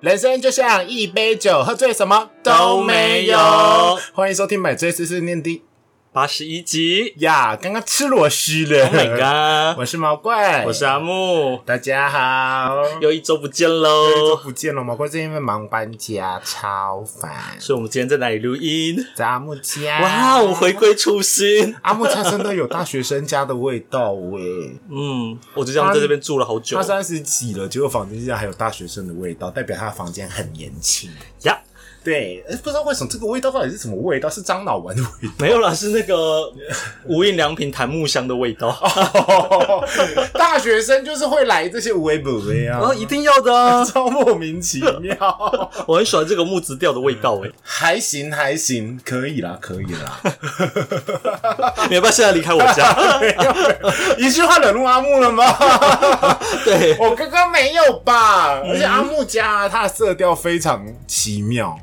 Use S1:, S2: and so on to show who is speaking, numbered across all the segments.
S1: 人生就像一杯酒，喝醉什么都没有
S2: 都没有。
S1: 欢迎收听《买醉碎碎念》的
S2: 八十一集。
S1: 呀，刚刚吃螺丝了。
S2: Oh my god！
S1: 我是毛怪，
S2: 我是啊阿木，
S1: 大家好，
S2: 又一周不见
S1: 又
S2: 喽。
S1: 不见了。毛怪最近因为忙搬家，超烦，
S2: 所以我们今天在哪里录音？
S1: 在阿木家。
S2: 哇，我回归初心。
S1: 阿木家真的有大学生家的味道喂、
S2: 嗯，我就这样在这边住了好久
S1: 他三十几了，结果房间现在还有大学生的味道，代表他的房间很年轻。
S2: 呀。
S1: 对，呃不知道为什么这个味道到底是什么味道？是樟脑丸的味
S2: 没有啦，是那个无印良品檀木香的味道，
S1: 哦道。 大学生就是会来这些无微不微啊
S2: 然，后一定要的啊。
S1: 超莫名其妙。
S2: 我很喜欢这个木质调的味道哎诶、
S1: 还行还行，可以啦，可以啦。
S2: 你要不要现在离开我 家？
S1: 一句话惹怒阿木了吗？
S2: 对，
S1: 我刚刚没有吧？
S2: 嗯
S1: 而且阿木家啊它的色调非常奇妙，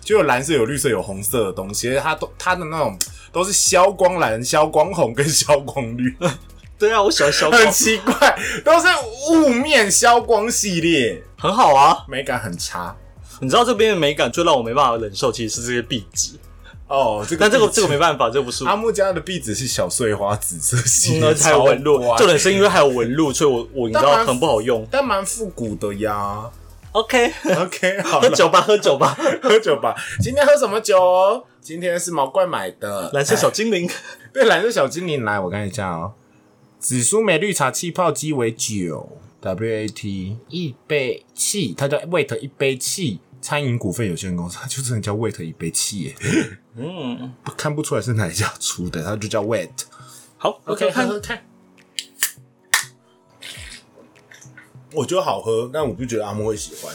S1: 就有蓝色、有绿色、有红色的东西，而且它都它的那种都是消光蓝、消光红跟消光 绿，
S2: 对啊，我喜 欢消光，
S1: 很奇怪，都是雾面消光系列，
S2: 很好啊。
S1: 美感很差。
S2: 你知道这边的美感最让我没办法忍受，其实是这些壁纸。
S1: 哦，这个
S2: 但这个
S1: 壁纸
S2: 这个没办法，这不是我
S1: 阿木家的壁纸是小碎花紫色系
S2: 嗯
S1: 列，
S2: 而且还有纹路
S1: 超乖，
S2: 重点是因为还有纹路，所以我我你知
S1: 当
S2: 道
S1: 然
S2: 很不好用。
S1: 但蛮复古的 呀。
S2: OK，
S1: OK，好
S2: 喝
S1: 了，
S2: 酒吧，喝酒吧，
S1: 喝酒吧。今天喝什么酒哦？今天是毛怪买的
S2: 蓝色小精灵，
S1: 对，蓝色小精灵来，我看一下哦。紫苏梅绿茶气泡鸡尾酒，WAT 一杯气，它叫 Wait 一杯气。餐饮股份有限公司，它就真的叫 Wait 一杯气耶，
S2: 嗯，
S1: 不看不出来是哪一家出的，它就叫 Wait。
S2: 好，OK，看
S1: 喝看。我觉得好喝，但我不觉得阿莫会喜欢。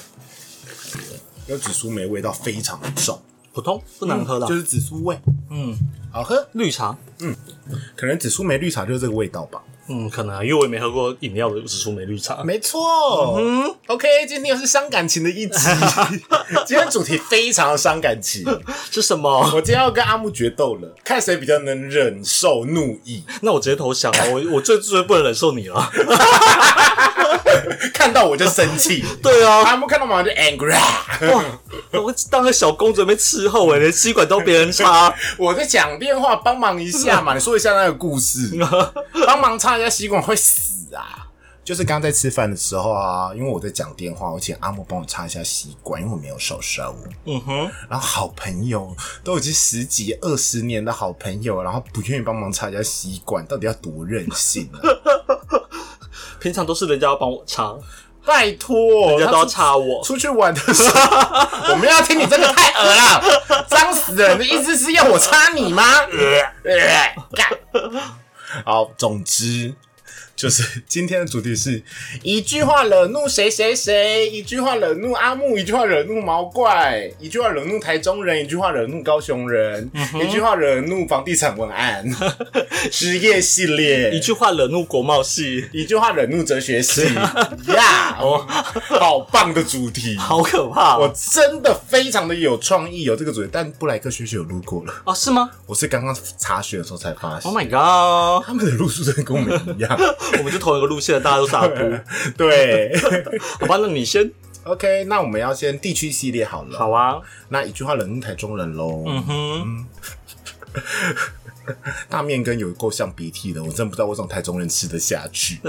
S1: 有紫苏梅味道非常重，
S2: 普通不难喝啦
S1: 就，是紫苏味，
S2: 嗯，
S1: 好喝。
S2: 绿茶，
S1: 可能紫苏梅绿茶就是这个味道吧。
S2: 嗯，可能啊因为我也没喝过饮料的紫苏梅绿茶，
S1: 没错，嗯，OK，今天又是伤感情的 一集，今天主题非常伤感情。
S2: 是什么？
S1: 我今天要跟阿木决斗了，看谁比较能忍受怒意。
S2: 那我直接投降啊！我我最最不能忍受你了，
S1: 看到我就生 气，
S2: 对啊，
S1: 阿木看到马上就 angry。
S2: 哇，我当个小公主在那边伺候哎，连吸管都别人插，
S1: 我在讲电话，帮忙一下嘛，你说一下那个故 事，帮忙插一下吸管会死啊。就是刚刚在吃饭的时候啊，因为我在讲电话，我请阿木帮我插一下吸管，因为我没有手手。
S2: 嗯哼，
S1: 然后好朋友都已经十几二十年的好朋友，然后不愿意帮忙插一下吸管，到底要多任性啊！
S2: 平常都是人家要帮我插，
S1: 拜托，
S2: 人家都要
S1: 他出
S2: 插我，
S1: 出去玩的时候，我们要听你这个太恶了，脏死人！你意思是要我插你吗？呃呃干好，总之就是今天的主题是一句话惹怒谁谁谁，一句话惹怒阿木，一句话惹怒毛怪，一句话惹怒台中人，一句话惹怒高雄人，一句话惹怒房地产文案职业系列，
S2: 一句话惹怒国贸系，
S1: 一句话惹怒哲学系呀！哦，好棒的主题，
S2: 好可怕
S1: 我
S2: 哦！
S1: 真的非常的有创意，有这个主题，但布莱克学学有录过了，
S2: 哦，是吗？
S1: 我是刚刚查询的时候才发现
S2: Oh my god！
S1: 他们的路数真的跟我们一 样。
S2: 我们就同一个路线，大家都傻哭。
S1: 对
S2: 好吧，那你先。
S1: ，OK，那我们要先地区系列好了。
S2: 好啊，
S1: 那一句话惹怒台中人喽。
S2: 嗯哼，
S1: 大面羹有够像鼻涕的，我真不知道为什么台中人吃得下 去。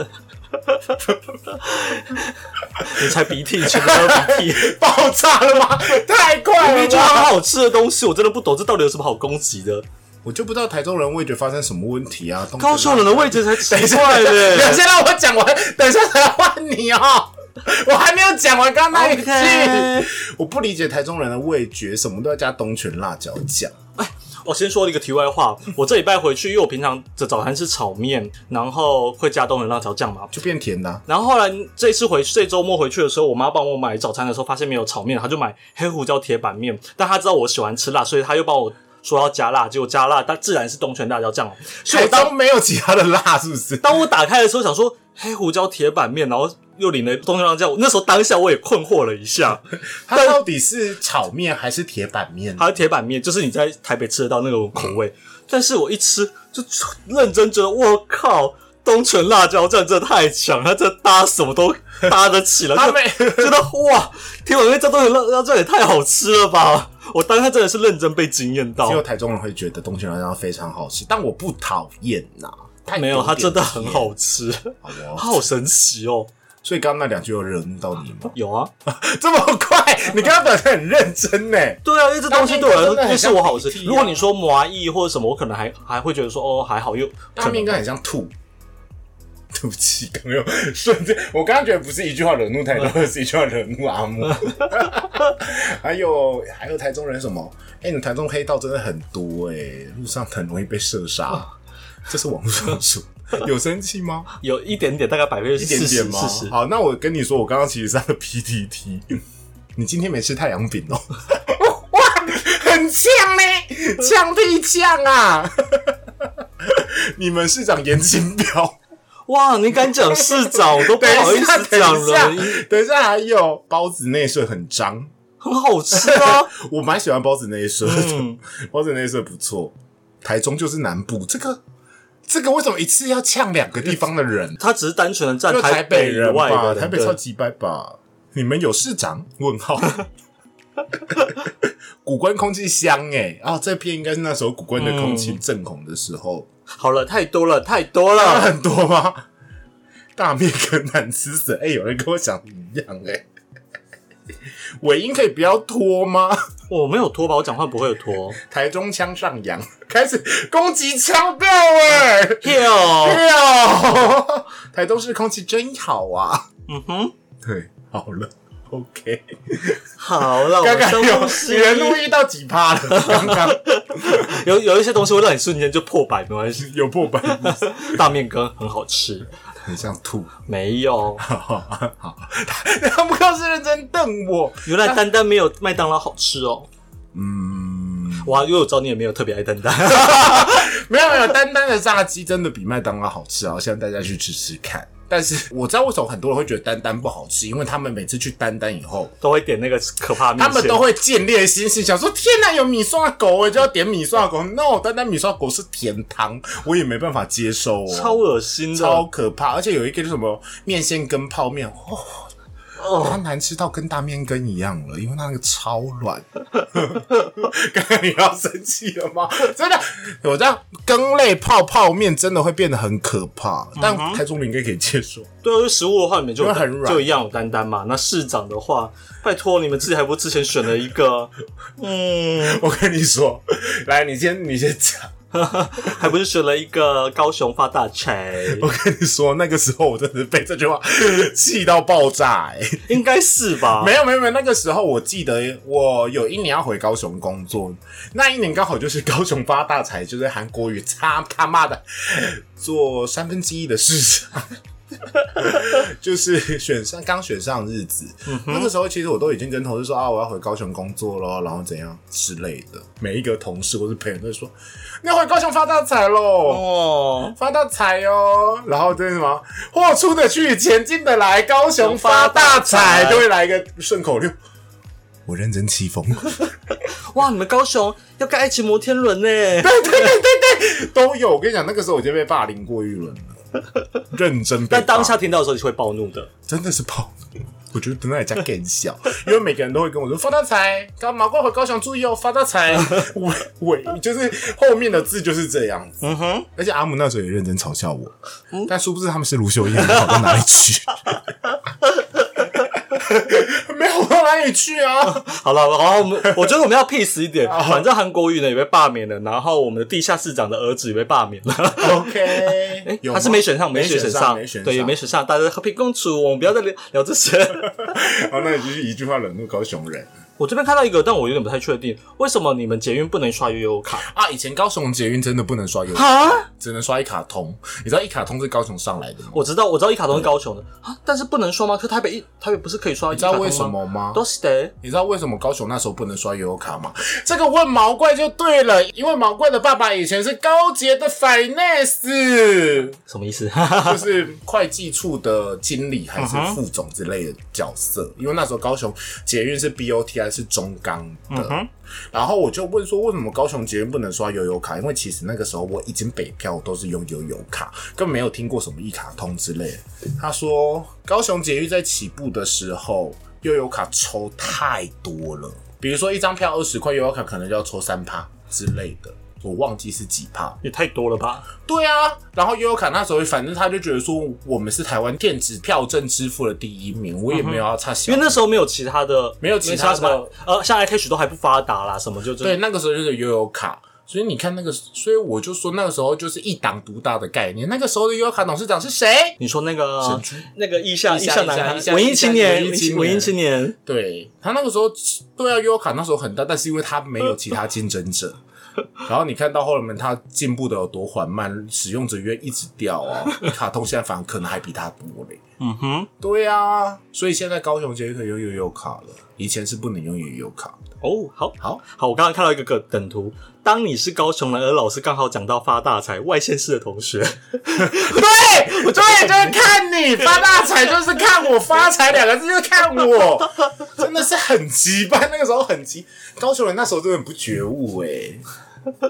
S2: 你才鼻涕，全部都是鼻 涕。
S1: 爆炸了吗？太快
S2: 那
S1: 了
S2: 就
S1: 吧！
S2: 很好吃的东西，我真的不懂，这到底有什么好攻击的？
S1: 我就不知道台中人味觉发生什么问题啊。东西
S2: 高雄人的味觉才
S1: 等一
S2: 奇
S1: 下，
S2: 怪
S1: 等一
S2: 的。
S1: 下让我讲完，等一下才换你哦。 我还没有讲完刚刚那一句
S2: OK
S1: 我不理解台中人的味觉，什么都要加东泉辣椒酱。
S2: 我先说一个题外话，我这礼拜回去，因为我平常的早餐是炒面，然后会加东仁辣椒酱嘛。
S1: 就变甜的啊、
S2: 然后后来这次回这周末回去的时候，我妈帮我买早餐的时候，发现没有炒面，她就买黑胡椒铁板面。但她知道我喜欢吃辣，所以她又帮我说要加辣，结果加辣，但自然是东泉辣椒酱哦。所以
S1: 台
S2: 我当
S1: 中没有其他的辣，是不是？
S2: 当我打开的时候，想说黑胡椒铁板面，然后又淋了东泉辣椒，我那时候当下我也困惑了一下，
S1: 它到底是炒面还是铁板面？
S2: 它的铁板面就是你在台北吃得到那种口味，但是我一吃就认真觉得我靠，东泉辣椒酱真的太强，它这搭什么都搭得 起来，
S1: 他
S2: 就
S1: 们
S2: 觉得哇，天王面这东泉辣椒酱也太好吃了吧！我当时真的是认真被惊艳到
S1: 只，有台中人会觉得东泉辣椒非常好吃，但我不讨厌呐。太
S2: 没有，它真的很
S1: 好，
S2: 好吃，
S1: 好
S2: 它
S1: 哦。
S2: 好神奇哦！
S1: 所以刚刚那两句有惹怒到你吗？
S2: 有啊，
S1: 这么快？ 你刚刚表现很认真呢。
S2: 对啊，因为这东西对我来
S1: 当面真的很
S2: 说，因为是我好吃
S1: 像鼻。涕啊
S2: 如果你说麻意或者什么，我可能还还会觉得说哦还好，又
S1: 他
S2: 可
S1: 们应
S2: 能
S1: 该很像兔。对不起，刚刚有瞬间，我刚刚觉得不是一句话惹怒台中，而是一句话惹怒阿木。 还有还有台中人什么？哎、你台中黑道真的很多哎、路上很容易被射杀，这是网络上说的。有生气吗？
S2: 有一点点，大概百分之
S1: 一点
S2: 四
S1: 点
S2: 十
S1: 吗
S2: 四十。
S1: 好，那我跟你说，我刚刚其实是在 PTT。你 今天没吃太阳饼哦？哇，很呛呢，呛屁呛啊！你们市长严金 彪，
S2: 哇，你敢讲市长，我都不
S1: 等
S2: 好意
S1: 一下，
S2: 思
S1: 等
S2: 讲
S1: 一下
S2: 了，，
S1: 等一下，还有包子内射很脏，
S2: 很好吃 啊！
S1: 我蛮喜欢包子内射的，
S2: 嗯，
S1: 包子内射不错。台中就是南部，这个这个为什么一次要呛两个地方的人？
S2: 他只是单纯的站
S1: 就台
S2: 北以
S1: 人
S2: 外的
S1: 吧，
S2: 人
S1: 台北
S2: 对
S1: 超级白吧？你们有市长？问号。古关空气香哎、啊、这片应该是那时候古关的空气正红的时候，
S2: 好了，太多了，太多
S1: 啊、
S2: 了。
S1: 很多吗？大面很难吃死哎、有人跟我想的一样哎、尾音可以不要拖吗？
S2: 我没有拖吧，我讲话不会 有拖。
S1: 台中腔上扬，开始攻击腔调哎、
S2: Hill，
S1: 哎呦，台中市空气真好啊！
S2: 嗯哼，
S1: 对，好了，OK。
S2: 好了，我
S1: 刚
S2: 们
S1: 刚
S2: 深呼
S1: 有
S2: 吸
S1: 你。人录音到几趴了？刚刚
S2: 有有一些东西会让你瞬间就破百，没关系。
S1: 有破百，
S2: 大面羹很好吃，
S1: 很像吐。
S2: 没有，
S1: 好，他们刚是认真瞪我。
S2: 原来丹丹没有麦当劳好吃哦。
S1: 嗯，
S2: 哇，因为我知道你也没有特别爱丹丹。
S1: 没有没有，丹丹的炸鸡真的比麦当劳好吃啊！希望大家去吃吃看。但是我知道为什么很多人会觉得丹丹不好吃，因为他们每次去丹丹以后，
S2: 都会点那个可怕面线，
S1: 他们都会建立心性，想说天哪，有米刷狗，我就要点米刷狗。No，丹丹米刷狗是甜汤，我也没办法接受哦，
S2: 超恶心的，
S1: 超可怕。而且有一个是什么面线跟泡面，哦，它
S2: 哦，
S1: 难吃到跟大面羹一样了，因为它那个超软。 刚刚你要生气了吗？真的，我这样羹类泡泡面真的会变得很可怕，但台中你应该可以接受。
S2: 对啊，因为食物的话，你们就有
S1: 因为很软
S2: 就一样有丹丹嘛。那市长的话，拜托你们自己还不之前选了一个，嗯，
S1: 我跟你说，来，你先你先讲。
S2: 还不是选了一个高雄发大财，
S1: 我跟你说，那个时候我真的是被这句话气到爆炸、欸。
S2: 应该是吧？
S1: 没有没有没有，那个时候我记得我有一年要回高雄工作，那一年刚好就是高雄发大财，就是韩国瑜他他妈的做三分之一的市场。 就是选上刚选上的日子，那个时候其实我都已经跟同事说啊，我要回高雄工作咯，然后怎样之类的。每一个同事或是朋友都说，你要回高雄发大财喽。
S2: 哦，
S1: 发大财哦！然后这是什么？货出的去，钱进的来，高雄发大财，就会来一个顺口溜。我认真气疯了，
S2: 哇，你们高雄要盖爱情摩天轮呢？
S1: 对对对对对，都有。我跟你讲，那个时候我已经被霸凌过一轮了，认真被霸。
S2: 但当下听到的时候，你是会暴怒的。
S1: 真的是爆，我觉得等到人家更小，因为每个人都会跟我说发大财，干嘛过回高雄注意哦，发大财。我我就是后面的字就是这样子。
S2: 嗯哼，
S1: 而且阿姆那时候也认真嘲笑我，但殊不知他们是卢秀燕，没好到哪里 去，没好到哪里去啊！
S2: 好了，好了，我 们我觉得我们要 peace 一点。反正韩国瑜呢也被罢免了，然后我们的地下市长的儿子也被罢免 了。
S1: OK，
S2: 哎、他是没选上，
S1: 没
S2: 选上，
S1: 没选上，啊
S2: 对，也没选上，大家和平共处，我们不要再聊聊 这些。
S1: 好，那你就是一句话冷落高雄人
S2: 我这边看到一个，但我有点不太确定，为什么你们捷运不能刷悠游卡
S1: 啊！以前高雄捷运真的不能刷油，
S2: 啊？
S1: 只能刷一卡通。你知道一卡通是高雄上来的吗？
S2: 我知道，我知道一卡通是高雄的啊，但是不能刷吗？可台北一台北不是可以刷一
S1: 你知
S2: 卡
S1: 道
S2: 通吗？
S1: 为什？么吗？
S2: 都是的，
S1: 你知道为什么高雄那时候不能刷悠游卡吗？这个问毛怪就对了，因为毛怪的爸爸以前是高捷的 finance，
S2: 什么 意思？
S1: 就是会计
S2: 嗯
S1: 处的经理还是副总之类的角色。因为那时候高雄捷运是 BOT 还然是中钢的，
S2: 嗯哼，
S1: 然后我就问说，为什么高雄捷运不能刷悠游卡？因为其实那个时候我已经北漂，我都是用悠游卡，根本没有听过什么一卡通之类的。他说，高雄捷运在起步的时候，悠游卡抽太多了，比如说一张票二十块，悠游卡可能就要抽三趴之类的，我忘记是几趴。
S2: 也太多了吧？
S1: 对啊，然后悠游卡那时候，反正他就觉得说，我们是台湾电子票证支付的第一名，我也没有要差小。
S2: 因为那时候没有其他的，
S1: 没有其他的
S2: 什么，呃，像 iCash 都还不发达啦，什么就
S1: 对，
S2: 就
S1: 那个时候就是悠游卡，所以你看那个，所以我就说那个时候就是一党独大的概念。那个时候的悠游卡董事长是谁？
S2: 你说那个
S1: 神猪
S2: 那个意象
S1: 意
S2: 意
S1: 象
S2: 象男
S1: 意
S2: 孩，
S1: 象
S2: 文艺青年，
S1: 意象
S2: 文
S1: 文艺青
S2: 艺
S1: 年
S2: 文艺青年，
S1: 对他那个时候，对啊，悠游卡那时候很大，但是因为他没有其他竞争者。 然后你看到后面它进步的有多缓慢，使用者约一直掉啊，卡通现在反而可能还比它多嘞。
S2: 嗯哼，
S1: 对啊，所以现在高雄捷运可以用悠游卡了，以前是不能用悠游卡的。
S2: 哦，好。
S1: 好，
S2: 好，我刚刚看到一个梗梗图，当你是高雄人，而老师刚好讲到发大财，外县市的同学，
S1: 对，我对，就是看 你发大财，就是看我发财两个字，就是看我，真的是很急吧？那个时候很急，高雄人那时候真的很不觉悟哎、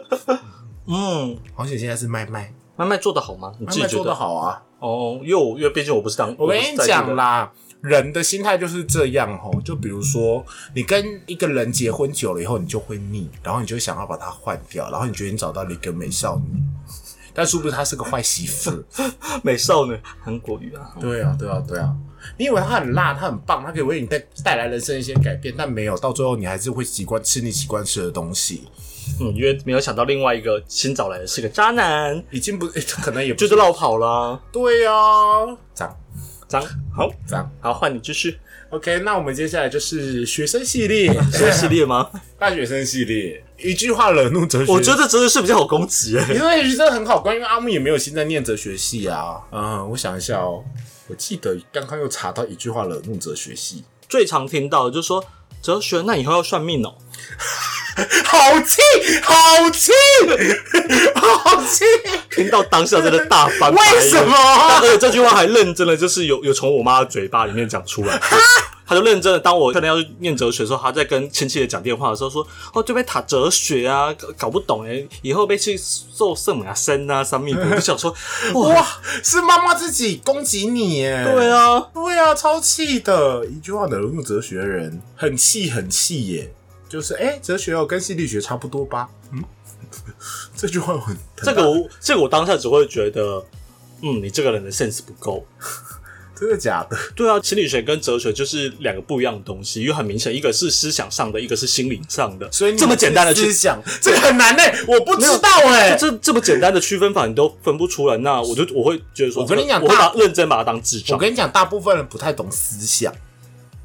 S2: 嗯，
S1: 好险现在是麦麦，
S2: 麦麦做的好吗？你
S1: 麦
S2: 自己
S1: 麦
S2: 觉
S1: 做
S2: 得
S1: 的？好啊！
S2: 哦，因为我因为毕竟我不是当，
S1: 我跟你讲
S2: 啦，
S1: 啦，人的心态就是这样吼。就比如说，你跟一个人结婚久了以后，你就会腻，然后你就想要把他换掉，然后你觉得你找到了一个美少女，但殊不知她是个坏媳妇。
S2: 美少女韩国语啊，
S1: 对啊，对啊，对啊！你以为它很辣，它很棒，它可以为你带带来人生一些改变，但没有，到最后你还是会习惯吃你习惯吃的东西，
S2: 嗯，因为没有想到另外一个新找来的是个渣男，
S1: 已经不 可能也不
S2: 就是是绕跑啦。
S1: 对啊，脏
S2: 脏，好，
S1: 脏。
S2: 好，换你继续，
S1: OK，那我们接下来就是学生系列，
S2: 是系列吗？
S1: 大学生系列，一句话惹怒哲学。
S2: 我觉得真的是比较好攻击诶。
S1: 你说也许真的很好关，因为阿木也没有心在念哲学系啊。嗯，我想一下哦，我记得刚刚又查到一句话惹怒哲学系，
S2: 最常听到的就是说哲学，那以后要算命哦。
S1: 好气，好气， 好气。
S2: 听到当下真的大翻白眼
S1: 为什么
S2: 但而且这句话还认真的，就是有有从我妈的嘴巴里面讲出来。他就认真的，当我可能要去念哲学的时候，他在跟亲戚也讲电话的时候说：“哦，这边塔哲学啊，搞搞不懂哎，以后被去做圣母啊、生啊、三命。”我就想说，哇，
S1: 哇，是妈妈自己攻击你耶！
S2: 对
S1: 啊，
S2: 啊，
S1: 对啊，超气的，一句话惹怒哲学人，很气很气耶！就是哎、诶哲学哦，跟心理学差不多吧？嗯， 这句话很
S2: 这个我这个我当下只会觉得，嗯，你这个人的 sense 不够。
S1: 真的假的？
S2: 对啊，心理学跟哲学就是两个不一样的东西，因为很明显，一个是思想上的，一个是心理上的，
S1: 所以你
S2: 这么简单的去
S1: 思想，这个很难呢，欸我不知道哎。
S2: 这这么简单的区分法你都分不出来，那我就我会觉得说，
S1: 我跟你讲
S2: 我会
S1: 大
S2: 把认真把它当智
S1: 我
S2: 障。
S1: 跟你讲，大部分人不太懂思想，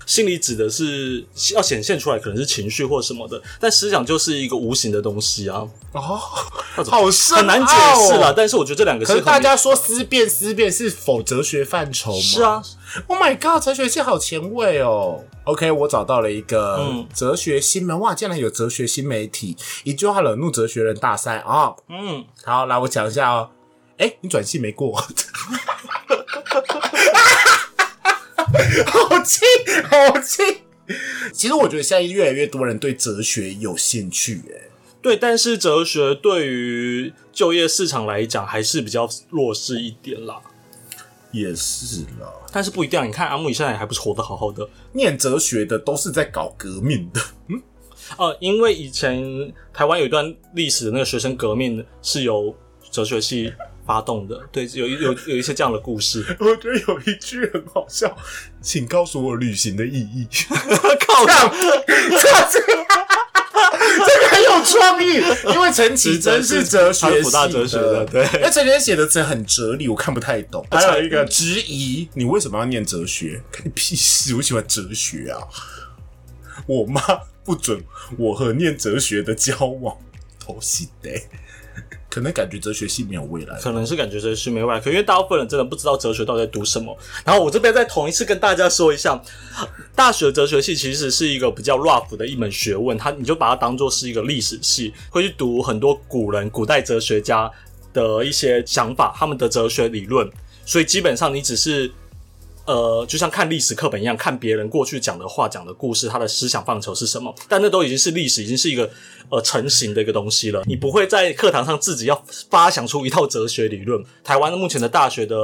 S2: 心理指的是要显现出来，可能是情绪或什么的，但思想就是一个无形的东西啊，
S1: 哦，
S2: 那种
S1: 好深奥哦
S2: 很难解释啦。但是我觉得这两个
S1: 可是
S2: 很
S1: 大家说思辨，思辨是否哲学范畴吗？
S2: 是啊，
S1: Oh my god！哲学系好前卫哦。OK，我找到了一个
S2: 嗯
S1: 哲学新闻，哇，竟然有哲学新媒体，一句话惹怒哲学人大赛啊、
S2: 嗯，
S1: 好，来我讲一下哦。哎、你转系没过， 好气，好气。其实我觉得现在越来越多人对哲学有兴趣、诶
S2: 对。但是哲学对于就业市场来讲还是比较弱势一点啦。
S1: 也是啦。
S2: 但是不一定啊，你看阿木你现在还不是活得好好的，
S1: 念哲学的都是在搞革命的，
S2: 呃，因为以前台湾有一段历史的那个学生革命是由哲学系发动的，对，有一有有一些这样的故事。
S1: 我觉得有一句很好笑，请告诉我旅行的意义。
S2: 靠，
S1: 这个哦这个很有创意，因为陈绮贞是哲学系的
S2: 是他是辅大哲学的对
S1: 因哎为陈绮贞写的词很哲理，我看不太懂。嗯还有一个质疑，你为什么要念哲学？干你屁事！我喜欢哲学啊，我妈不准我和念哲学的交往，头洗的。可能感觉哲学系没有未来，
S2: 可能是感觉哲学没外可因为大部分人真的不知道哲学到底在读什么。然后我这边再同一次跟大家说一下，大学哲学系其实是一个比较 rough 的一门学问，它你就把它当做是一个历史系，会去读很多古人、古代哲学家的一些想法，他们的哲学理论。所以基本上你只是呃，就像看历史课本一样，看别人过去讲的话、讲的故事，他的思想范畴是什么。但那都已经是历史，已经是一个呃成型的一个东西了。你不会在课堂上自己要发想出一套哲学理论。台湾目前的大学的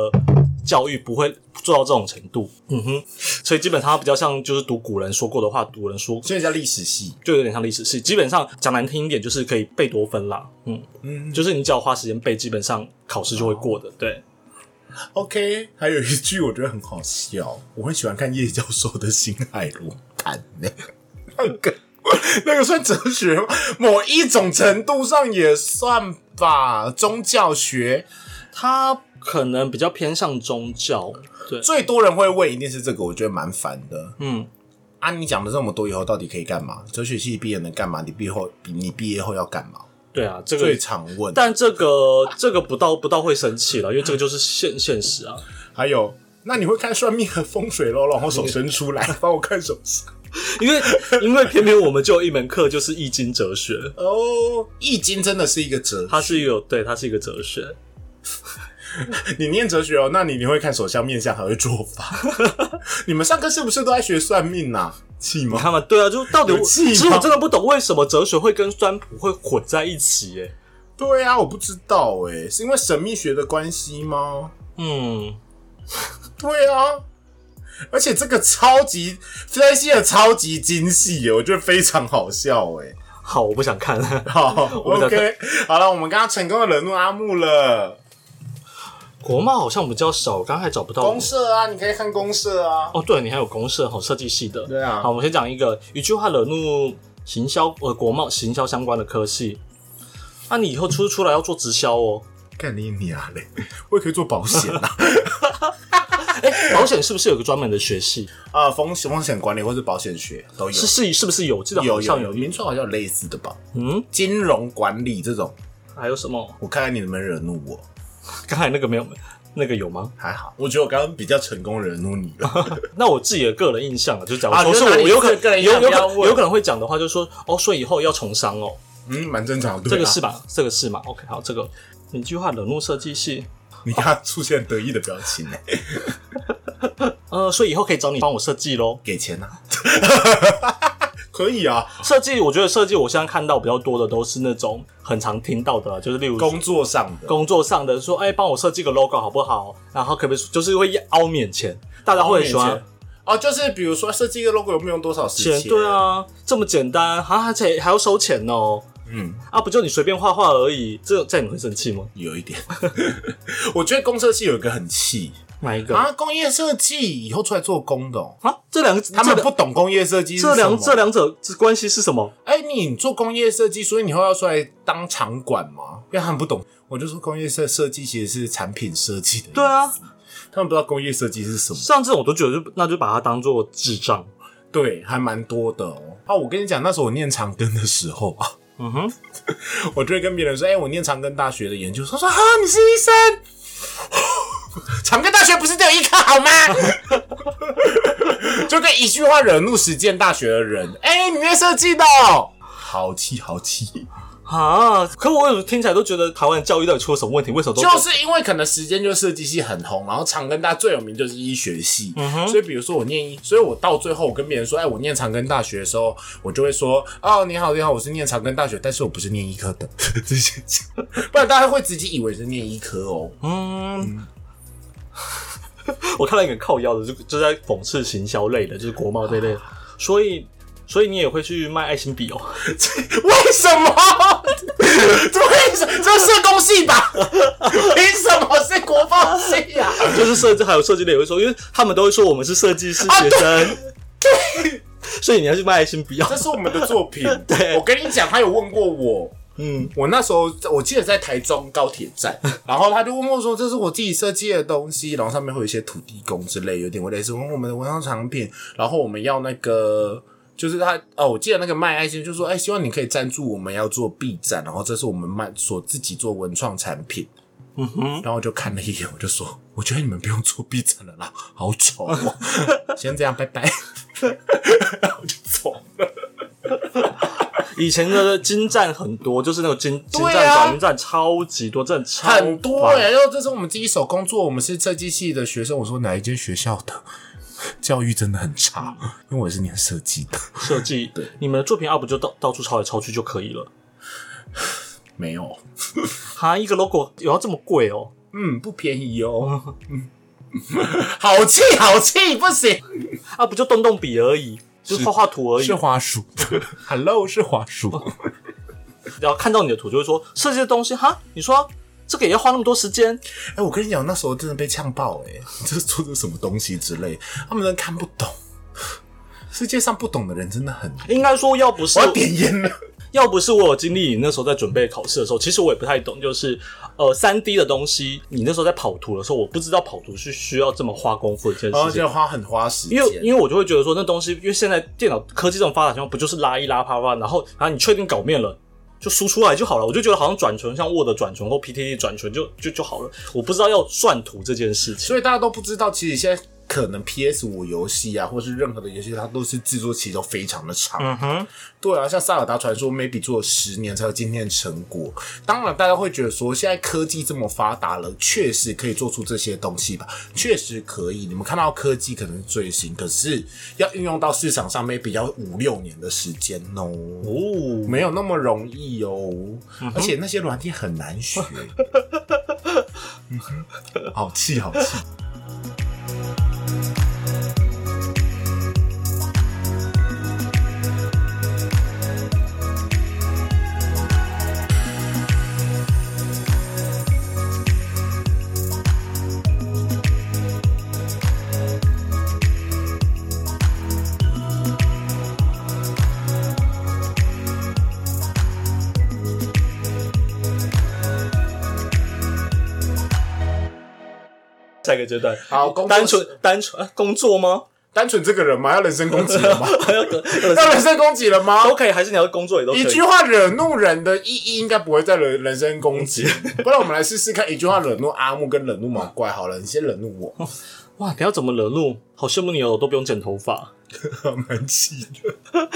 S2: 教育不会做到这种程度，嗯哼。所以基本上它比较像就是读古人说过的话，古人说
S1: 所以叫历史系。
S2: 就有点像历史系。基本上讲难听一点，就是可以背多分啦，嗯，
S1: 嗯
S2: 就是你只要花时间背，基本上考试就会过的。对，
S1: ，OK。还有一句我觉得很好笑，我很喜欢看叶教授的《星海罗盘》呢，那个那个算哲学吗？某一种程度上也算吧，宗教学。
S2: 它可能比较偏向宗教，对，
S1: 最多人会问，一定是这个，我觉得蛮烦的。
S2: 嗯，
S1: 啊，你讲了这么多以后，到底可以干嘛？哲学系毕业能干嘛？你毕业后，你毕业后要干嘛？
S2: 对啊，这个
S1: 最。常问。
S2: 但这个这个不到不到会生气了，因为这个就是现现实啊。
S1: 还有，那你会看算命和风水咯？然后手伸出 来，帮我看手势。
S2: 因为因为偏偏我们就有一门课就是易经哲学，
S1: 哦，《易经》真的是一个哲，
S2: 它是有对它是一个哲学，
S1: 你念哲学哦，那你你会看手相、面相，还会做 法。你们上课是不是都在学算命呐、啊？气
S2: 你
S1: 吗？
S2: 看嘛，对啊，就到底我
S1: 有气吗
S2: 其实我真的不懂为什么哲学会跟占卜会混在一起、耶。
S1: 对啊，我不知道诶、是因为神秘学的关系吗？
S2: 嗯，
S1: 对啊，而且这个超级分析的超级精细欸耶，我觉得非常好笑诶、
S2: 好，我不想看了。
S1: 好
S2: 我们
S1: ，OK，好了，我们刚刚成功的惹怒阿木了。
S2: 国贸好像比较少，我刚才找不到
S1: 公。社啊，你可以看公社啊。
S2: 哦，对，你还有公社好设计系的。
S1: 对啊
S2: 好，我们先讲一个，一句话惹怒行销呃国贸行销相关的科系。那、你以后出出来要做直销哦。
S1: 干你你啊嘞！我也可以做保险啊，
S2: 哎， 保险是不是有个专门的学系？
S1: 啊，风险风险管理或是保险学都哦有
S2: 是，是是不是有？记得好
S1: 有
S2: 像
S1: 有有，
S2: 一
S1: 民创好像有类似的吧？
S2: 嗯，
S1: 金融管理这种，
S2: 还有什么？
S1: 我看看你能不能惹怒我。
S2: 刚才那个没有，那个有吗？
S1: 还好，我觉得我刚刚比较成功惹怒你 了。
S2: 那我自己的个人印象啊，就假
S1: 啊
S2: 如说
S1: 就是拿你
S2: 我有
S1: 自
S2: 可
S1: 己的个人
S2: 能
S1: 印象
S2: 有有
S1: 不要
S2: 可
S1: 问
S2: 有可能会讲的话，就是说哦，所以以后要从商哦。
S1: 嗯，蛮正常的。
S2: 这
S1: 对啊
S2: 个是吧？这个是嘛？OK，好，这个一句话冷落设计系，
S1: 你看他出现得意的表情 呢，
S2: 呃，所以以后可以找你帮我设计喽。
S1: 给钱啊？ 可以啊，
S2: 设计，我觉得设计我现在看到比较多的都是那种很常听到的啦，就是例如
S1: 工作上的
S2: 工作上的说，哎、帮我设计个 logo 好不好？然后可不可以就是会凹免钱，大家会喜欢。
S1: 哦，就是比如说设计一个 logo 有没有用多少时
S2: 钱
S1: 间？
S2: 对，啊，这么简单，啊，而且还要收钱哦。
S1: 嗯，
S2: 啊，不就你随便画画而已，这这样你会生气吗？
S1: 有一点。 我觉得公设系有一个很气
S2: 哪一个啊
S1: 啊，工业设计以后出来做工的、哦，
S2: 这两个，
S1: 他们
S2: 这
S1: 不
S2: 两
S1: 懂工业设计是
S2: 这
S1: 什
S2: 两
S1: 么
S2: 这两者之关系是什么？
S1: 哎、你做工业设计，所以你以后要出来当场管吗？因为他们不懂，我就说工业设设计其实是产品设计的，
S2: 对，啊，
S1: 他们不知道工业设计是什么。
S2: 像这种我都觉得就那就把它当做智障。
S1: 对，还蛮多的哦。啊，我跟你讲，那时候我念长庚的时候啊，
S2: 嗯哼，
S1: 我就会跟别人说，哎、我念长庚大学的研究所，说啊，你是医生。 长庚大学不是只有一科好吗？ 就跟一句话惹怒实践大学的人，哎、你念设计的哦、好气好气，
S2: 啊！可我为什么听起来都觉得台湾的教育到底出了什么问题？为什么都
S1: 就是因为可能时间就设计系很红，然后长庚大最有名就是医学系，所以比如说我念医，所以我到最后我跟别人说，哎，我念长庚大学的时候，我就会说，哦，你好，你好，我是念长庚大学，但是我不是念医科 的，这些，不然大家会直接以为是念医科哦。
S2: 嗯？ 我看到一个很靠腰的，就就在讽刺行销类的，就是国贸这类的，
S1: 啊
S2: 所以所以你也会去卖爱心笔哦？
S1: 为什么？这为什么？这是社工系吧？凭什么是国防系呀、啊？
S2: 就是设计还有设计类也会说，因为他们都会说我们是设计
S1: 啊
S2: 师学生，所以你要去卖爱心笔哦
S1: 这。是我们的作 品。我跟你讲，他有问过我。
S2: 嗯，
S1: 我那时候我记得在台中高铁站，然后他就问我说：“这是我自己设计的东西，然后上面会有一些土地公之类，有点类似我们的文创产品。然后我们要那个，就是他哦，我记得那个卖爱心就说：‘哎、希望你可以赞助我们要做 B 站，然后这是我们卖所自己做文创产品。’
S2: 嗯哼，
S1: 然后我就看了一眼，我就说：“我觉得你们不用做 B 站了啦，好丑、 哦。”先这样，拜拜。然后我就走了。
S2: 以前的金站很多，就是那种金金
S1: 对啊
S2: 站、转运站超级多，真的超
S1: 很多
S2: 烦
S1: 哎、因为这是我们第一手工作，我们是设计系的学生。我说哪一间学校的 教育真的很差，
S2: 嗯
S1: 因为我也是念设计的。
S2: 设计。你们的作品要不就到到处抄来抄去就可以了。
S1: 没有，
S2: 哈，一个 logo 有要这么贵哦？
S1: 嗯，不便宜哦。 好气，好气，不行！
S2: 啊，不就动动笔而已，就是画画图而已
S1: 是。花 束，Hello，是花束。
S2: 哦然后看到你的图就会说设计的东西，哈，你说这个也要花那么多时间？
S1: 哎、我跟你讲，那时候真的被呛爆、 哎，这是做的什么东西之类，他们真的看不懂。世界上不懂的人真的很……
S2: 应该说要不是
S1: 我要点烟了。
S2: 要不是我有经历你那时候在准备考试的时候，其实我也不太懂，就是呃三 D 的东西，你那时候在跑图的时候，我不知道跑图是需要这么花功夫的一件
S1: 然后
S2: 事情。
S1: 哦就花很花时间
S2: 因，为，因为我就会觉得说，那东西，因为现在电脑科技这种发达情况，不就是拉一拉啪啪，然后，然后你确定稿面了，就输出来就好了。我就觉得好像转存，像 Word 转存或 PPT 转存就就就好了。我不知道要算图这件事情。
S1: 所以大家都不知道，其实现在可能 PS 五游戏啊，或是任何的游戏，它都是制作期都非常的长。
S2: 嗯哼，
S1: 对啊，像《塞尔达传说》，maybe 做了十年才有今天的成果。当然，大家会觉得说，现在科技这么发达了，确实可以做出这些东西吧？确实可以。你们看到科技可能是最新，可是要运用到市场上，maybe 要五六年的时间哦。
S2: 哦，
S1: 没有那么容易哦，而且那些软体很难学。嗯哼好气，好气。
S2: 下一个阶段，
S1: 好工作
S2: 哦单纯单纯、啊、工作吗？
S1: 单纯这个人吗？要人身攻击 了吗？
S2: 还要跟
S1: 要人身攻击了吗？
S2: 都可以，还是你要工作也都可
S1: 一句
S2: 以。
S1: 话惹怒人的意义应该不会再惹人身攻 击，不然我们来试试看，一句话惹怒阿木跟惹怒毛怪好了，你先惹怒我，
S2: 哇，你要怎么惹怒？好羡慕你哦，我都不用剪头发。
S1: 蛮气的，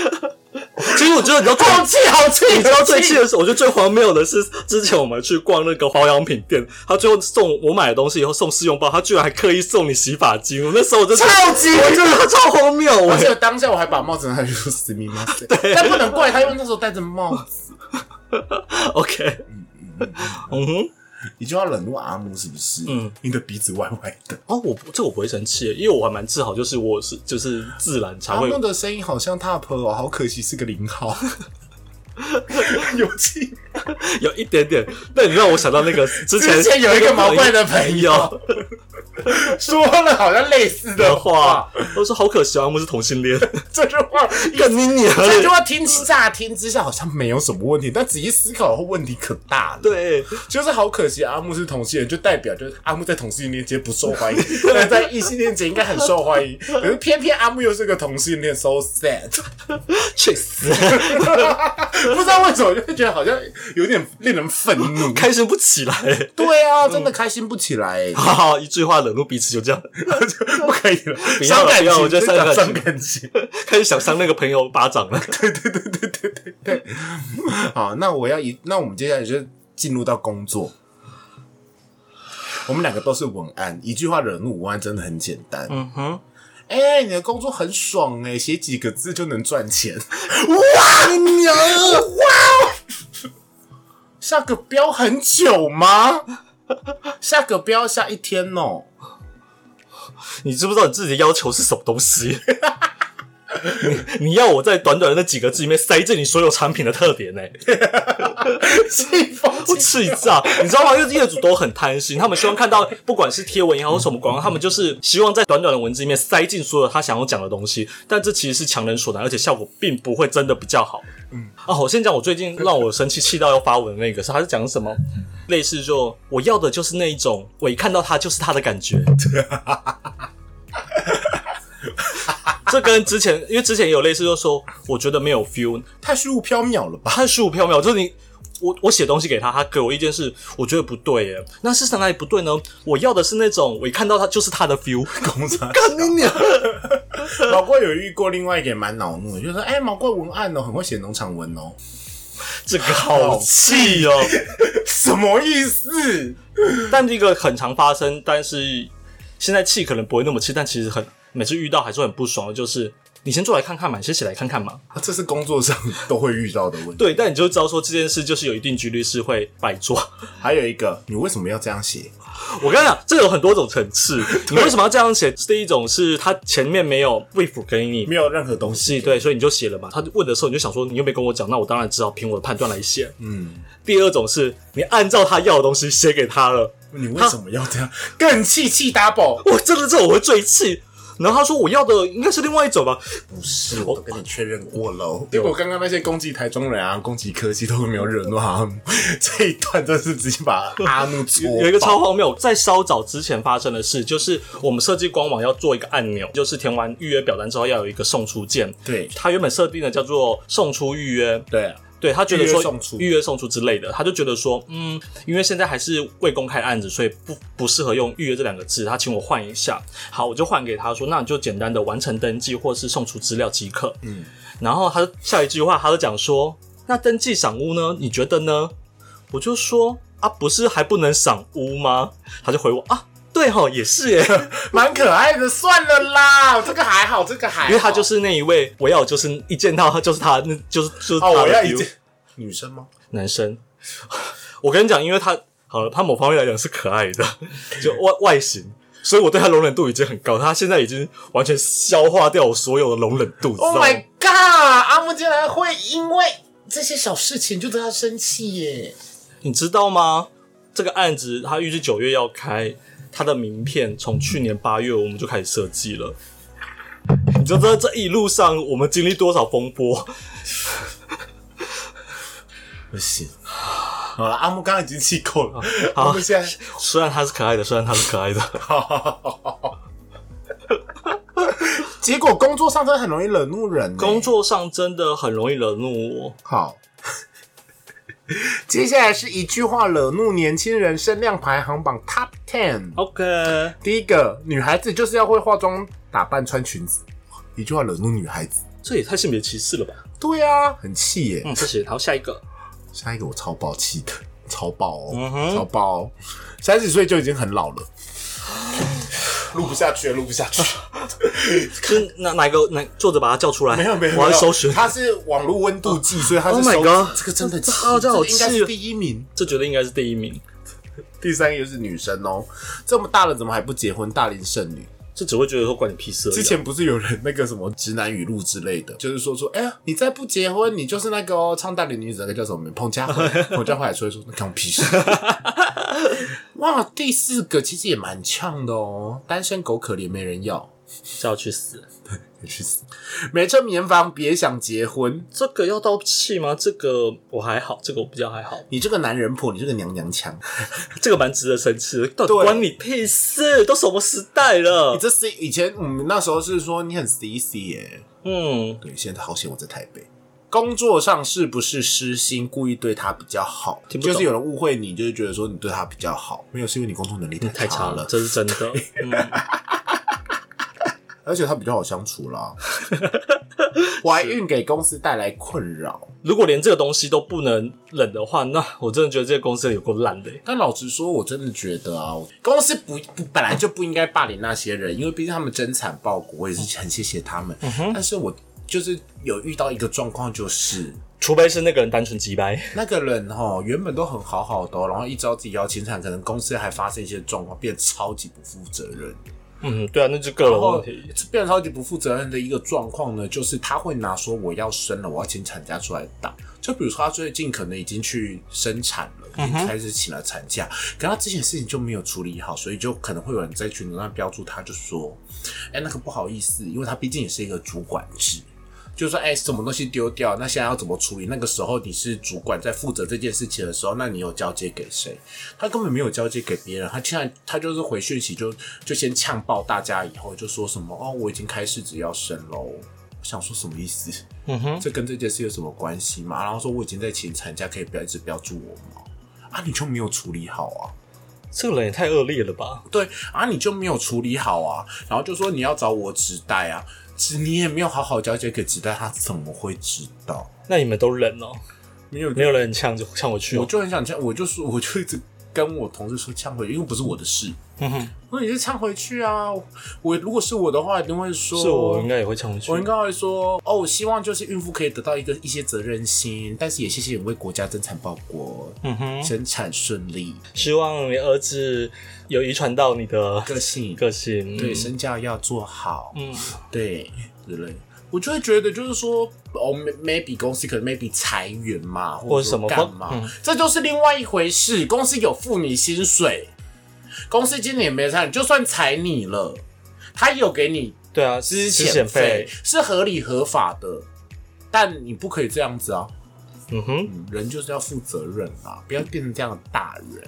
S2: 其实我觉得你知道最
S1: 好气好气，
S2: 你知道最气
S1: 气
S2: 的是，我觉得最荒谬的是，之前我们去逛那个保养品店，他最后送我买的东西以后送试用包，他居然还刻意送你洗发精。我那时候我真是，
S1: 超级
S2: 我 真的超荒 谬。我
S1: 而且当下我还把帽子拿下去说死命 吗？但不能怪他，因为那时候戴着帽子。
S2: OK，嗯哼，
S1: 一句话惹怒阿木是不是？嗯，你的鼻子歪歪的。
S2: 哦，我不这我不会生气，因为我还蛮自豪，就是我是就是自然才
S1: 阿
S2: 会
S1: 木的声音好像 top 哦，好可惜是个零 号，有气。
S2: 有一点点。那你让我想到 那个之前
S1: 之前有一个毛怪的朋 友 说了好像类似
S2: 的
S1: 的话，
S2: 话，我说好可惜啊，我们是同性恋，
S1: 这句话
S2: 更你娘嘞
S1: 这句话听乍听之下好像没有什么问题，但仔细思考后问题可大了。，
S2: 对。
S1: 就是好可惜，阿木是同性恋，就代表就是阿木在同性恋界不受欢迎，但在异性恋界应该很受欢迎。可是偏偏阿木又是个同性恋，so sad。
S2: 去死！
S1: 不知道为什么就会觉得好像有点令人愤怒。
S2: 开心不起来。，
S1: 对啊，真的开心不起来、欸
S2: 好好，一句话冷落彼此，就这样。
S1: 不可以了，
S2: 不要
S1: 伤
S2: 了
S1: 感
S2: 不要了我
S1: 情，
S2: 觉得
S1: 真的
S2: 伤
S1: 伤
S2: 感情
S1: 感情。
S2: 开始想扇那个朋友巴掌了。
S1: 好，那我要一，那我们接下来就进入到工作。我们两个都是文案，一句话惹怒文案真的很简单。
S2: 嗯哼，
S1: 哎、你的工作很爽哎、写几个字就能赚钱，哇，你娘啊，哇！下个标很久吗？下个标下一天哦、
S2: 你知不知道你自己的要求是什么东西？ 你你要我在短短的那几个字里面塞进你所有产品的特点呢、
S1: 气疯
S2: 我气炸！你知道吗？因为业主都很贪心，他们希望看到不管是贴文也好，或什么广告，他们就是希望在短短的文字里面塞进所有他想要讲的东西。但这其实是强人所难，而且效果并不会真的比较好。嗯，啊，我先讲我最近让我生气气到要发文的那个是，他是讲什么？类似就我要的就是那一种，我一看到他就是他的感 觉。这跟之前，因为之前有类似，就说我觉得没有 feel，啊
S1: 太虚无缥缈了吧？
S2: 太虚无缥缈，就是你我我写东西给他，他给我意见是我觉得不对耶，那是哪里不对呢？我要的是那种我一看到他就是他的 feel，
S1: 公差。
S2: 干你娘！
S1: 毛怪有遇过另外一个也蛮恼怒的，就是说哎、毛怪文案哦，很会写农场文哦，
S2: 这个好气哦。
S1: 什么意思？
S2: 但这个很常发生，但是现在气可能不会那么气，但其实很每次遇到还是很不爽的，就是你先做来看看嘛，你先写来看看嘛。
S1: 啊这是工作上都会遇到的问题。
S2: 对，但你就知道说这件事就是有一定几率是会白做。
S1: 还有一个，你为什么要这样写？
S2: 我跟你讲，这有很多种层次。你为什么要这样写？第一种是他前面没有 brief 给你，
S1: 没有任何东西
S2: 是对，所以你就写了嘛。他问的时候你就想说，你又没跟我讲，那我当然只好凭我的判断来写。嗯。第二种是你按照他要的东西写给他了，
S1: 你为什么要这样？更气气 double，
S2: 我真的这我会最气。然后他说我要的应该是另外一种吧，
S1: 不是，我都跟你确认过喽。结果刚刚那些攻击台中人啊，攻击科技都没有惹怒阿木， 这一段真是直接把阿木戳爆
S2: 有一个超荒谬，在稍早之前发生的事，就是我们设计官网要做一个按钮，就是填完预约表单之后要有一个送出键。
S1: 对
S2: 它原本设定的叫做送出预约，
S1: 对啊，
S2: 对他觉得
S1: 预约
S2: 说
S1: 送出
S2: 预约送出之类的，他就觉得说，嗯，因为现在还是未公开案子，所以不不适合用预约这两个字，他请我换一下。好，我就换给他说，那你就简单的完成登记或是送出资料即可。嗯，然后他下一句话他就讲说，那登记赏屋呢？你觉得呢？我就说啊，不是还不能赏屋吗？他就回我啊，对吼，也是耶，
S1: 蛮可爱的。算了啦，这个还好，这个还好，
S2: 因为他就是那一位，我要就是一见到他就是他，那就是就是他
S1: 哦，
S2: 的
S1: 我要一
S2: feel
S1: 件女生吗？
S2: 男生。 我跟你讲，因为他好了，他某方面来讲是可爱的， 就外外形，所以我对他容忍度已经很高。他现在已经完全消化掉我所有的容忍度，你知道
S1: Oh
S2: 吗
S1: my god！阿木竟然会因为这些小事情就对他生气耶！
S2: 你知道吗？这个案子他预计九月要开，他的名片从去年八月我们就开始设计了。你就知道这一路上我们经历多少风波，
S1: 不行，好了，阿木刚刚已经气够了，
S2: 好
S1: 阿木现在
S2: 虽然他是可爱的，虽然他是可 爱的，
S1: 结果工作上真的很容易惹怒人呢。欸
S2: 工作上真的很容易惹怒我。
S1: 好， 接下来是一句话惹怒年轻人声量排行榜 Top Ten。
S2: OK，
S1: 第一个，女孩子就是要会化妆、打扮、穿裙子，一句话惹怒女孩子。
S2: 这也太性别歧视了吧？
S1: 对啊，很气耶。
S2: 嗯，谢谢。好，下一个。
S1: 下一个我超爆气的，超爆哦，
S2: 嗯哼
S1: 超爆哦！三十岁就已经很老了，录不下去了，录不下去。
S2: 是哪哪个哪作者把他叫出来？
S1: 没有没有，
S2: 我要
S1: 没有
S2: 搜寻。
S1: 它是网络温度计，所以它是
S2: Oh my
S1: 收
S2: god
S1: 这个真的气，
S2: 这这好
S1: 这应该
S2: 气
S1: 是
S2: 哦
S1: 第一名。
S2: 这绝对应该是第一名，
S1: 第三个就是女生哦，这么大了怎么还不结婚？大龄剩女。
S2: 这只会觉得说关你屁事而已啊。
S1: 之前不是有人那个什么直男语录之类的，就是说说，哎、呀，你再不结婚，你就是那个哦，唱大龄女子那个叫什么名？彭佳 慧，彭佳慧还说一说，那关我屁事。哇，第四个其实也蛮呛的哦，单身狗可怜没人要，
S2: 叫我去死，
S1: 你去死！没车棉房别想结婚，
S2: 这个要道歉吗？这个我还好，这个我比较还好，
S1: 你这个男人婆，你这个娘娘腔，
S2: 这个蛮值得生气的。到底
S1: 对
S2: 关你屁事？都什么时代了
S1: 你？这 C 以前我们那时候是说你很 C C 耶，
S2: 嗯，
S1: 对，现在好险我在台北。工作上是不是失心，故意对他比较好？
S2: 听不懂
S1: 就是有人误会你，就是觉得说你对他比较好，没有，是因为你工作能力
S2: 嗯太
S1: 差
S2: 差了，这是真的。嗯，
S1: 而且他比较好相处 啦。怀孕给公司带来困扰，
S2: 如果连这个东西都不能忍的话，那我真的觉得这个公司有够烂的欸。
S1: 但老实说，我真的觉得啊，公司不不本来就不应该霸凌那些人，因为毕竟他们真惨报国，我也是很谢谢他们。
S2: 嗯
S1: 但是我就是有遇到一个状况，就是
S2: 除非是那个人单纯鸡掰，
S1: 那个人哈，原本都很好好的哦、然后一知道自己要清产，可能公司还发生一些状况，变得超级不负责任。
S2: 嗯，对啊，那就个人
S1: 然后
S2: 问题。
S1: 变得超级不负责任的一个状况呢，就是他会拿说我要生了，我要请产假出来打。就比如说他最近可能已经去生产了，
S2: 嗯
S1: 已经开始请了产假，可他之前事情就没有处理好，所以就可能会有人在群组上标注他，就说，哎、那个不好意思，因为他毕竟也是一个主管制。就是说，哎、什么东西丢掉？那现在要怎么处理？那个时候你是主管在负责这件事情的时候，那你有交接给谁？他根本没有交接给别人，他现在他就是回讯息就就先呛爆大家，以后就说什么哦，我已经开市只要生喽，想说什么意思？
S2: 嗯哼，
S1: 这跟这件事有什么关系吗？然后说我已经在请产假，可以不要一直标注我吗？啊，你就没有处理好啊？
S2: 这个人也太恶劣了吧？
S1: 对啊，你就没有处理好啊？然后就说你要找我指代啊，指你也没有好好交接给指代，他怎么会知道？
S2: 那你们都忍哦，
S1: 没有
S2: 没有人很呛就呛我去
S1: 我
S2: 哦。
S1: 就很想呛，我就说，我就一直跟我同事说呛回去，因为不是我的事。
S2: 嗯哼，
S1: 那你就呛回去啊！我如果是我的话，一定会说，
S2: 是我应该也会呛回去
S1: 我。应该会说，哦，我希望就是孕妇可以得到一个一些责任心，但是也谢谢你为国家增产报国，
S2: 嗯哼，
S1: 生产顺利，
S2: 希望你儿子有遗传到你的
S1: 个性，
S2: 个性。
S1: 对，身教要做好，
S2: 嗯，
S1: 对之类。我就会觉得，就是说，哦，may-，maybe 公司可能 maybe 裁员嘛，
S2: 或
S1: 或
S2: 者
S1: 者
S2: 什么
S1: 干嘛，
S2: 嗯
S1: 这就是另外一回事。公司有付你薪水，公司今年也没裁你，就算裁你了，他有给你
S2: 对啊，
S1: 资
S2: 遣
S1: 遣费，是合理合法的，但你不可以这样子啊！
S2: 嗯哼，
S1: 嗯人就是要负责任啊，不要变成这样的大人。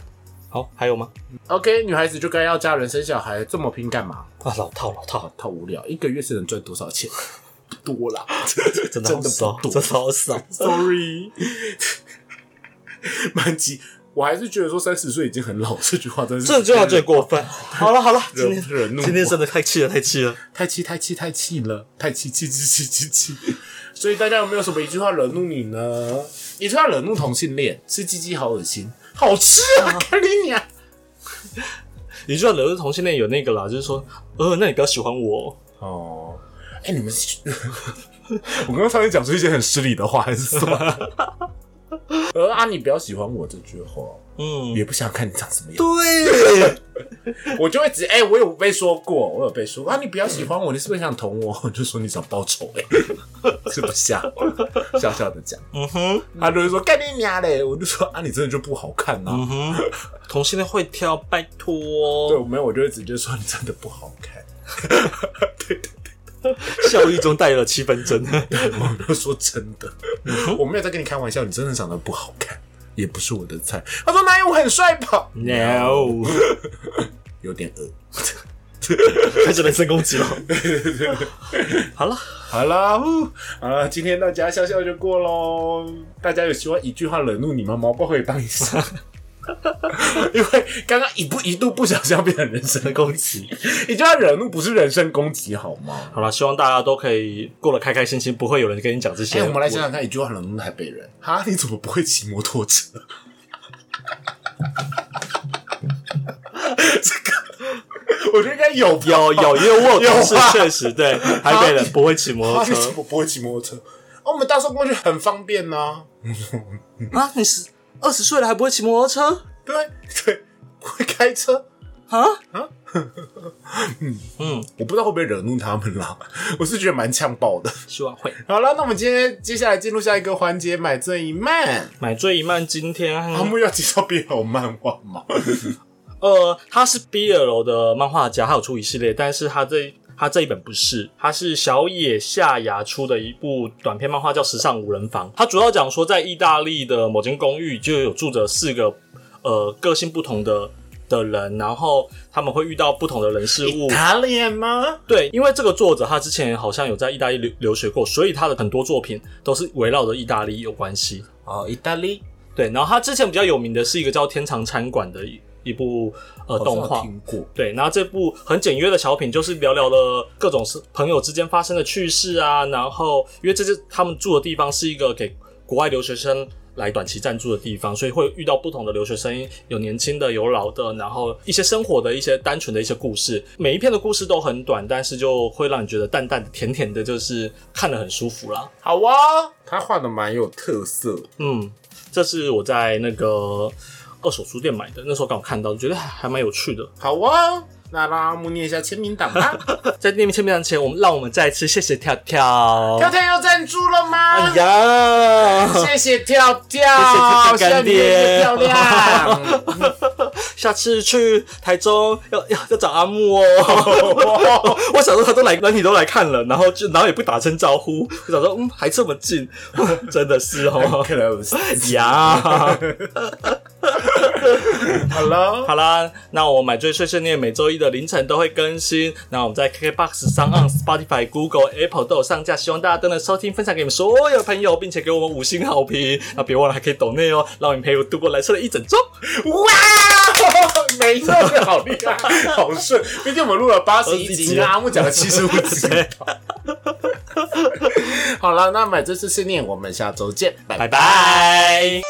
S2: 好，还有吗？
S1: OK，女孩子就该要嫁人生小孩，这么拼干嘛？
S2: 啊，老套老套，
S1: 好无聊，一个月是能赚多少钱？ 不多啦，
S2: 真的
S1: 真
S2: 好
S1: 的
S2: 少，
S1: 不
S2: 真
S1: 多
S2: 的。好少。
S1: Sorry，蛮急。我还是觉得说三十岁已经很老，这句话真是
S2: 这句话最过 分。好了好了，今天
S1: 惹怒我
S2: 今天真的太气了，太气了。
S1: 太气太气太气了，太气气气气气气。 所以大家有没有什么一句话惹怒你呢？一句话惹怒同性恋，吃鸡鸡好恶心，好吃啊！看你娘！
S2: 你知道有的同性恋有那个啦，就是说，呃，那你不要喜欢我。
S1: 哦，哎、你们， 我刚刚差点讲出一些很失礼的话，还是 什么？呃啊，你不要喜欢我这句话，
S2: 嗯，
S1: 也不想看你长什么样，
S2: 对，
S1: 我就会直哎、我有被说过，我有被说过啊，你不要喜欢我，你是不是想捅我？我 就说你想报仇哎、 是不是啊？笑笑的讲。
S2: 嗯哼，
S1: 他就会说干你娘嘞！我就说啊，你真的就不好看呐、啊
S2: 嗯哼，同性恋会挑，拜
S1: 对，
S2: 托，
S1: 我没有，我就会直接说你真的不好看。
S2: 笑意中带了七分真。
S1: 我就说真的，我没有在跟你开玩笑，你真的长得不好看，也不是我的菜。他说哪有我很帅吧？
S2: No，
S1: 有点恶。
S2: 开始人身攻击了。 好了，
S1: 好啦，呼好啦，今天大家笑笑就过喽。大家有希望一句话惹怒你吗？毛怪会帮一下。因为刚刚一不一度不小心要变成人身攻击，一句话惹怒不是人身攻击好吗？
S2: 好了，希望大家都可以过得开开心心，不会有人跟你讲这些。
S1: 哎、我们来想想看，一句话能不能台北人？哈，你怎么不会骑摩托车？ 这个，我觉得应该有吧
S2: 有有，因为我有同 事
S1: 有啊
S2: 确实对台北人不会骑摩
S1: 哈
S2: 托，
S1: 你怎
S2: 车
S1: 么不会骑摩托车？哦，我们大众工具很方便呐、
S2: 啊！你是二十岁了还不会骑摩托车
S1: 对对，会开车。
S2: 啊？啊，嗯嗯，
S1: 我不知道会不会惹怒他们啦，我是觉得蛮呛爆的。
S2: 希望会
S1: 好了，那我们今天接下来进入下一个环节，买醉一漫。
S2: 买醉一漫今天
S1: 阿木要介绍 BL 漫画吗？
S2: 呃，他是 BL 的漫画家，他有出一系列，但是他这他这一本不是，他是小野夏芽出的一部短篇漫画，叫《时尚无人房》。他主要讲说，在意大利的某间公寓就有住着四个呃个性不同的的人，然后他们会遇到不同的人事物。
S1: 打脸吗？
S2: 对，因为这个作者他之前好像有在意大利留留学过，所以他的很多作品都是围绕着意大利有关系。
S1: 哦，意大利，
S2: 对，然后他之前比较有名的是一个叫《天堂餐馆》的一一部呃
S1: 好像
S2: 动画，
S1: 听过。
S2: 对，然后这部很简约的小品就是聊聊了各种是朋友之间发生的趣事啊，然后因为这是他们住的地方是一个给国外留学生来短期暂住的地方，所以会遇到不同的留学生，有年轻的，有老的，然后一些生活的一些单纯的一些故事。每一篇的故事都很短，但是就会让你觉得淡淡的、甜甜的，就是看得很舒服啦。
S1: 好啊，他画的蛮有特色。
S2: 嗯，这是我在那个二手书店买的，那时候刚好看到，觉得还蛮有趣的。
S1: 好啊，那让阿木念一下签名档 吧。
S2: 在店面签名之前，我们让我们再次谢谢跳跳。
S1: 跳跳要赞助了吗？
S2: 哎呀，
S1: 谢谢跳跳，
S2: 谢谢跳跳
S1: 希望你越来越漂 亮。
S2: 下次去台中要要要找阿木哦。我想说他都来，男女都来看了，然后就然后也不打声招呼，我想说 嗯还这么近，真的是哦
S1: 可能不是
S2: 呀。
S1: 好了，
S2: 好啦，那我买醉碎碎念每周一的凌晨都会更新，那我们在 KKBOX 上、on Spotify、Google、Apple 都有上架，希望大家都能收听、分享给你们所有朋友，并且给我们五星好评。那别忘了还可以抖内哦，让你陪我度过蓝色的一整周。
S1: 哇，没错，好厉害，好顺。毕竟我们录了八十一集，啊
S2: 集了
S1: 跟阿木讲了七十五集。好了，那买这次是念，我们下周见，拜拜。
S2: 拜拜。